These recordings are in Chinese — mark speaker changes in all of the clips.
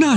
Speaker 1: 大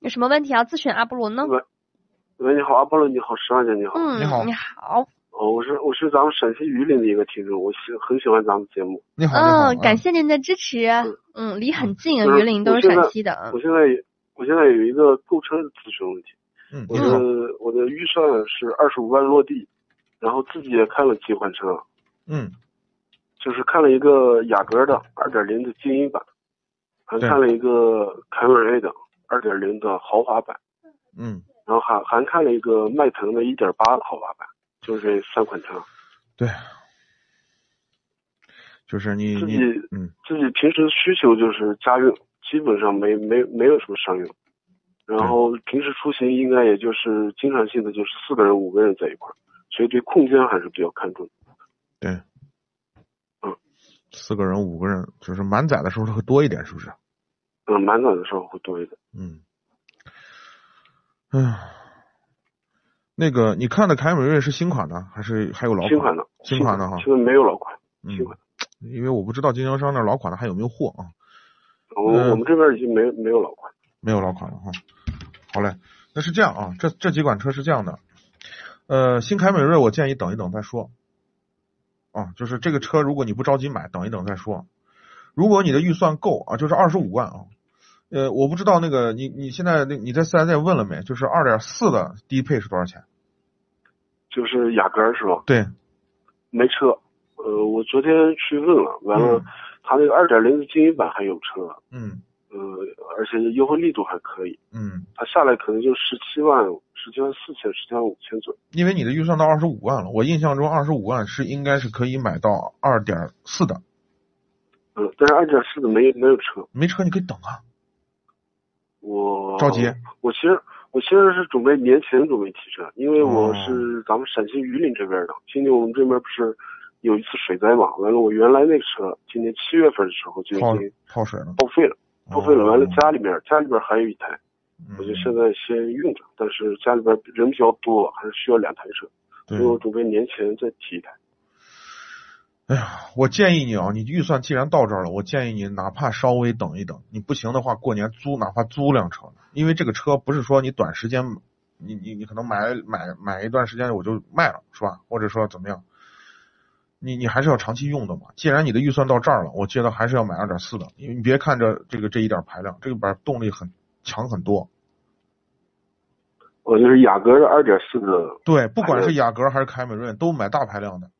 Speaker 2: 有什么问题要咨询阿波罗呢？
Speaker 3: 喂，喂，你好，阿波罗，你好，十万姐，你好，
Speaker 2: 嗯，
Speaker 4: 你好
Speaker 2: 你好，
Speaker 3: 哦，我是我是咱们陕西榆林的一个听众，我喜很喜欢咱们节目，
Speaker 4: 你好，你好。
Speaker 2: 嗯，感
Speaker 4: 谢。
Speaker 2: 谢您的支持，嗯，离很近
Speaker 3: 就
Speaker 2: 啊，
Speaker 3: 是
Speaker 2: 榆林都
Speaker 3: 我
Speaker 2: 是
Speaker 3: 现在
Speaker 2: 陕西的，
Speaker 3: 我
Speaker 2: 嗯
Speaker 3: 现在我现在有一个购车的咨询问题，
Speaker 4: 嗯，
Speaker 3: 我
Speaker 4: 你
Speaker 3: 的
Speaker 4: 好。
Speaker 3: 我的预算是二十五万落地，然后自己也看了几款车，
Speaker 4: 嗯
Speaker 3: 就是看了一个雅阁的二点零的精英版，还
Speaker 4: 对
Speaker 3: 看了一个凯美瑞的二点零的豪华版，
Speaker 4: 嗯，
Speaker 3: 然后还还看了一个迈腾的一点八豪华版，就是这三款车。
Speaker 4: 对，就是你
Speaker 3: 自
Speaker 4: 你
Speaker 3: 己
Speaker 4: 嗯
Speaker 3: 自己平时需求就是家用，基本上没没没有什么商用。然后
Speaker 4: 嗯
Speaker 3: 平时出行应该也就是经常性的就是四个人五个人在一块儿，所以对空间还是比较看重的。
Speaker 4: 对，
Speaker 3: 嗯，
Speaker 4: 四个人五个人，就是满载的时候会多一点，是不是？
Speaker 3: 嗯，满载的时候会多一点。
Speaker 4: 嗯，哎呀，那个你看的凯美瑞是新款的还是还有老
Speaker 3: 新款的，
Speaker 4: 新款的哈
Speaker 3: 新款没有老款。
Speaker 4: 嗯
Speaker 3: 新款，
Speaker 4: 因为我不知道经销商那老款的还有没有货啊。
Speaker 3: 我、
Speaker 4: 嗯
Speaker 3: 我们这边已经没有没有老款。
Speaker 4: 没有老款了哈。好嘞，那是这样啊，这这几款车是这样的，呃，新凯美瑞我建议等一等再说，啊，就是这个车如果你不着急买，等一等再说。如果你的预算够啊，就是二十五万啊，呃，我不知道那个你你现在那你在四 S 店问了没？就是二点四的低配是多少钱？
Speaker 3: 就是雅阁是吧？
Speaker 4: 对，
Speaker 3: 没车。呃，我昨天去问了，完了，
Speaker 4: 嗯
Speaker 3: 他那个二点零的精英版还有车，
Speaker 4: 嗯
Speaker 3: 呃，而且优惠力度还可以。
Speaker 4: 嗯，
Speaker 3: 它下来可能就十七万、十七万四千、十七万五千左右。
Speaker 4: 因为你的预算到二十五万了，我印象中二十五万是应该是可以买到二点四的，
Speaker 3: 嗯，但是二点四的没没有车，
Speaker 4: 没车你可以等啊，
Speaker 3: 我
Speaker 4: 着急。
Speaker 3: 我其实我其实是准备年前准备提车，因为我
Speaker 4: 哦
Speaker 3: 是咱们陕西榆林这边的，今年我们这边不是有一次水灾嘛，完了我原来那个车今年七月份的时候就已
Speaker 4: 泡
Speaker 3: 经
Speaker 4: 泡水了，
Speaker 3: 报废了，报废了，完了
Speaker 4: 哦
Speaker 3: 家里面家里边还有一台，我
Speaker 4: 嗯
Speaker 3: 就现在先用着，但是家里边人比较多，还是需要两台车，所
Speaker 4: 嗯
Speaker 3: 以
Speaker 4: 对
Speaker 3: 我准备年前再提一台。
Speaker 4: 哎呀，我建议你啊，你预算既然到这儿了，我建议你哪怕稍微等一等，你不行的话，过年租哪怕租辆车，因为这个车不是说你短时间，你你你可能买买买一段时间我就卖了，是吧？或者说怎么样？你你还是要长期用的嘛。既然你的预算到这儿了，我觉得还是要买二点四的，因为你别看这这个这一点排量，这个边动力很强很多。
Speaker 3: 我哦就是雅阁的二点四的，
Speaker 4: 对，不管
Speaker 3: 还
Speaker 4: 是
Speaker 3: 有
Speaker 4: 雅阁还是凯美瑞，都买大排量的，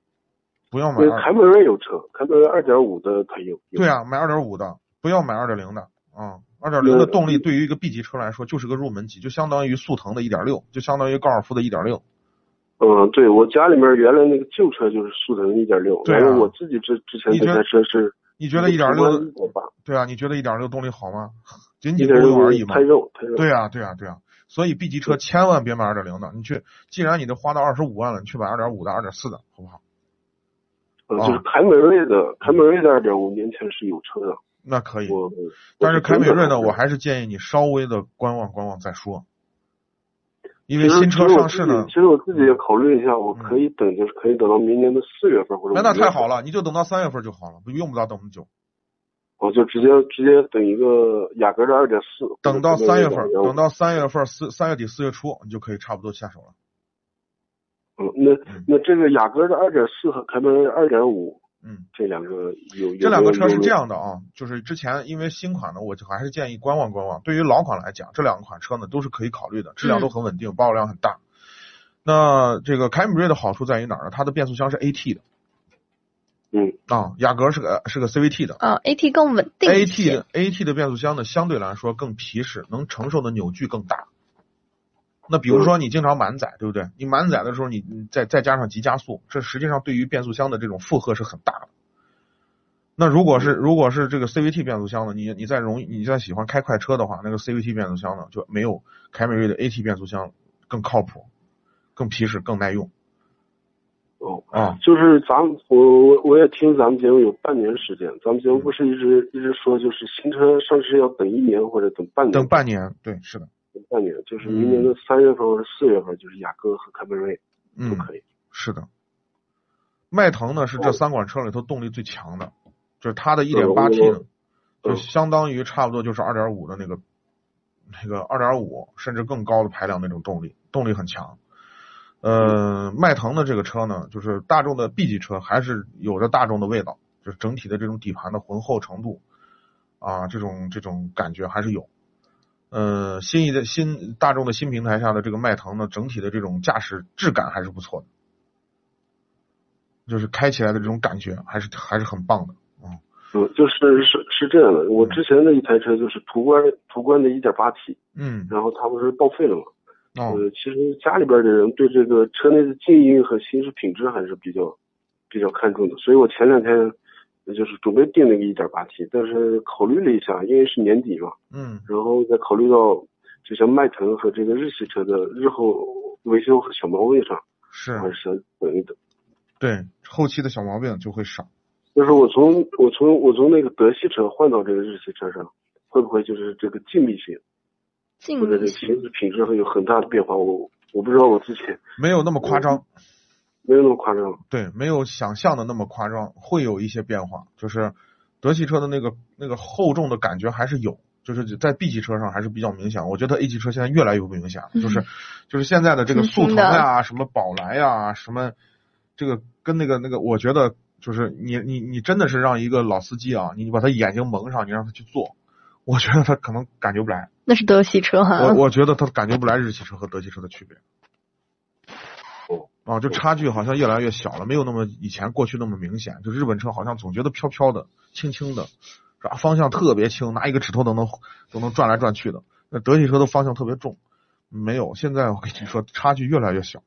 Speaker 4: 不要买
Speaker 3: 因为
Speaker 4: 二
Speaker 3: 凯美瑞有车，凯美瑞二点五的它有。有
Speaker 4: 对，啊，买二点五的，不要买二点零的啊。二点零的动力对于一个 B 级车来说就是个入门级，就相当于速腾的一点六，就相当于高尔夫的一点六。
Speaker 3: 嗯，对我家里面原来那个旧车就是速腾一点六，
Speaker 4: 对啊
Speaker 3: 然后我自己之之前
Speaker 4: 你
Speaker 3: 这
Speaker 4: 觉得
Speaker 3: 台车是
Speaker 4: 你觉得一点六？
Speaker 3: 我爸
Speaker 4: 对啊，你觉得一点六动力好吗？仅
Speaker 3: 一
Speaker 4: 仅
Speaker 3: 点
Speaker 4: 够
Speaker 3: 六
Speaker 4: 用而已嘛
Speaker 3: 太。肉太肉。
Speaker 4: 对啊，对啊，对啊。所以 B 级车千万别买二点零的，你去，既然你都花到二十五万了，你去买二点五的、二点四的，好不好？
Speaker 3: 嗯，
Speaker 4: 啊
Speaker 3: 就是凯美瑞的，凯美瑞的二点五年前是有车的，
Speaker 4: 那可以。
Speaker 3: 我我
Speaker 4: 嗯但是凯美瑞
Speaker 3: 真的
Speaker 4: 呢，我还是建议你稍微的观望观望再说，因为
Speaker 3: 其实
Speaker 4: 新车
Speaker 3: 其实我
Speaker 4: 上市
Speaker 3: 自
Speaker 4: 呢
Speaker 3: 己
Speaker 4: 嗯
Speaker 3: 其。实我自己也考虑一下，我可以等，就是可以等到明年的四月份或者。
Speaker 4: 哎，那太好
Speaker 3: 了，
Speaker 4: 了，你就等到三月份就好了，不用不到等那么久。
Speaker 3: 我就直接直接等一个雅阁的二点四，
Speaker 4: 等到三月份，
Speaker 3: 2.5
Speaker 4: 等到三月份四三月底四月初，你就可以差不多下手了。
Speaker 3: 嗯，那
Speaker 4: 嗯
Speaker 3: 那这个雅阁的二点四和凯美瑞二点五
Speaker 4: 嗯，
Speaker 3: 这两个有有
Speaker 4: 这两个
Speaker 3: 没有
Speaker 4: 车是
Speaker 3: 有
Speaker 4: 这样的啊，就是之前因为新款呢，我就还是建议观望观望。对于老款来讲，这两款车呢都是可以考虑的，质量
Speaker 3: 嗯
Speaker 4: 都很稳定，保有量很大。那这个凯美瑞的好处在于哪儿呢？它的变速箱是 AT 的
Speaker 3: 嗯
Speaker 4: 啊，雅阁是个是个 CVT 的。
Speaker 2: 啊，AT 更稳定一
Speaker 4: AT
Speaker 2: 些
Speaker 4: 的 AT 的变速箱呢，相对来说更皮实，能承受的扭矩更大。那比如说你经常满载，对不对？你满载的时候你，你再再加上急加速，这实际上对于变速箱的这种负荷是很大的。那如果是如果是这个 CVT 变速箱的，你你再容易你再喜欢开快车的话，那个 CVT 变速箱呢就没有凯美瑞的 AT 变速箱更靠谱、更皮实、更耐用
Speaker 3: 哦，
Speaker 4: 啊。
Speaker 3: 就是咱们我我我也听咱们节目有半年时间，咱们节目不
Speaker 4: 嗯
Speaker 3: 是一直一直说就是新车上市要等一年或者等半年，
Speaker 4: 等半年，嗯对，是的，
Speaker 3: 等半年，就是明年的三月份或者四月份，就是雅阁和凯美瑞都
Speaker 4: 嗯，
Speaker 3: 可以。
Speaker 4: 是的。迈腾呢是这
Speaker 3: 哦
Speaker 4: 三款车里头动力最强的，就是它的
Speaker 3: 对我
Speaker 4: 1.8T 呢，
Speaker 3: 嗯
Speaker 4: 就呃相当于差不多就是2.5的那个那个2.5甚至更高的排量那种动力，动力很强。呃，迈腾的这个车呢，就是大众的 B 级车，还是有着大众的味道，就是整体的这种底盘的浑厚程度啊，这种这种感觉还是有。呃，新一代新大众的新平台下的这个迈腾呢，整体的这种驾驶质感还是不错的，就是开起来的这种感觉还是还是很棒的。
Speaker 3: 嗯，就是是是这样的，我之前的一台车就是途观途观的 1.8T，
Speaker 4: 嗯，
Speaker 3: 然后它不是报废了嘛？
Speaker 4: 哦，
Speaker 3: 呃，其实家里边的人对这个车内的静音和行驶品质还是比较比较看重的，所以我前两天呃就是准备订那个 1.8T，但是考虑了一下，因为是年底嘛，
Speaker 4: 嗯
Speaker 3: 然后再考虑到就像迈腾和这个日系车的日后维修和小毛病上，我还
Speaker 4: 是
Speaker 3: 是想等一等。
Speaker 4: 对后期的小毛病就会少。
Speaker 3: 就是我从我从我从那个德系车换到这个日系车上，会不会就是这个静谧性
Speaker 2: 静
Speaker 3: 或者
Speaker 2: 谧
Speaker 3: 这
Speaker 2: 性
Speaker 3: 行驶品质会有很大的变化？我我不知道我自己
Speaker 4: 没有那么夸
Speaker 2: 嗯
Speaker 4: 张，
Speaker 3: 没有那么夸张。
Speaker 4: 对，没有想象的那么夸张，会有一些变化。就是德系车的那个那个厚重的感觉还是有，就是在 B 级车上还是比较明显。我觉得 A 级车现在越来越不明显了，就是
Speaker 2: 嗯
Speaker 4: 就是现在的这个
Speaker 2: 挺
Speaker 4: 速腾
Speaker 2: 新的
Speaker 4: 呀、什么宝来呀、什么这个跟那个那个，我觉得就是你你你真的是让一个老司机啊，你把他眼睛蒙上，你让他去做。我觉得他可能感觉不来，
Speaker 2: 那是德系车哈、
Speaker 4: 我我觉得他感觉不来日系车和德系车的区别。
Speaker 3: 哦
Speaker 4: 啊，就差距好像越来越小了，没有那么以前过去那么明显。就日本车好像总觉得飘飘的、轻轻的，是吧？方向特别轻，拿一个指头都能都能转来转去的。那德系车的方向特别重，没有。现在我跟你说，差距越来越小。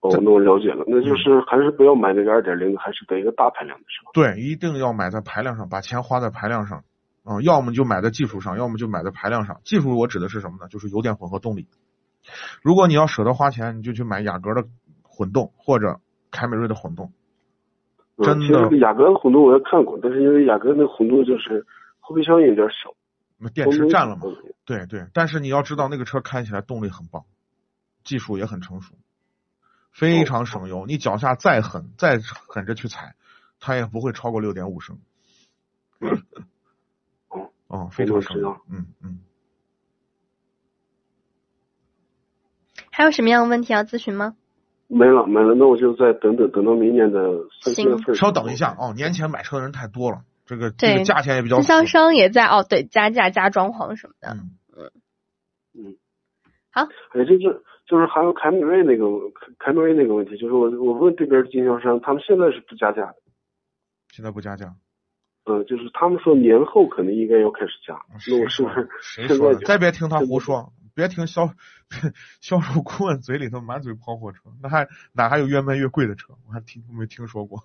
Speaker 3: 哦，那我了解了，
Speaker 4: 嗯
Speaker 3: 那就是还是不要买那个二点零，还是等一个大排量的是吧？
Speaker 4: 对，一定要买在排量上，把钱花在排量上。啊、要么就买在技术上，要么就买在排量上。技术我指的是什么呢？就是油电混合动力。如果你要舍得花钱，你就去买雅阁的混动或者凯美瑞的混动。
Speaker 3: 嗯
Speaker 4: 真的
Speaker 3: 其实这个雅阁的混动我也看过，但是因为雅阁那混动就是后备箱有点小，嗯
Speaker 4: 那电池占了嘛
Speaker 3: 风？格
Speaker 4: 对对，但是你要知道那个车开起来动力很棒，技术也很成熟，非常省油。你脚下再狠再狠着去踩，它也不会超过六点五升。
Speaker 3: 哦
Speaker 4: 哦，非常省油。嗯嗯，
Speaker 2: 还有什么样的问题要咨询吗？
Speaker 3: 没了没了，那我就再等等，等到明年的三四月份。
Speaker 4: 稍等一下，哦，年前买车的人太多了，这个这
Speaker 2: 对
Speaker 4: 个价钱也比较
Speaker 2: 经销
Speaker 4: 符
Speaker 2: 商也在哦，对，加价加装潢什么的。
Speaker 4: 嗯，
Speaker 3: 哎，就是就是还有凯美瑞那个凯凯美瑞那个问题，就是我我问这边的经销商，他们现在是不加价的，
Speaker 4: 现在不加价。
Speaker 3: 嗯，就是他们说年后可能应该要开始加，那
Speaker 4: 啊谁
Speaker 3: 我是
Speaker 4: 说
Speaker 3: 不
Speaker 4: 的
Speaker 3: 是？
Speaker 4: 谁
Speaker 3: 现
Speaker 4: 说
Speaker 3: 在
Speaker 4: 的？
Speaker 3: 就
Speaker 4: 再别听他胡说，别听销 销售顾问嘴里头满嘴跑火车，那还哪还有越卖越贵的车？我还听没听说过。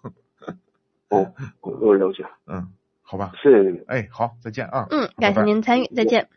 Speaker 3: 哦，我我了解，
Speaker 4: 嗯，好吧，
Speaker 3: 谢谢你们。
Speaker 4: 哎，好，再见啊。
Speaker 2: 嗯，感
Speaker 4: 拜
Speaker 2: 谢
Speaker 4: 拜
Speaker 2: 您参与，再见。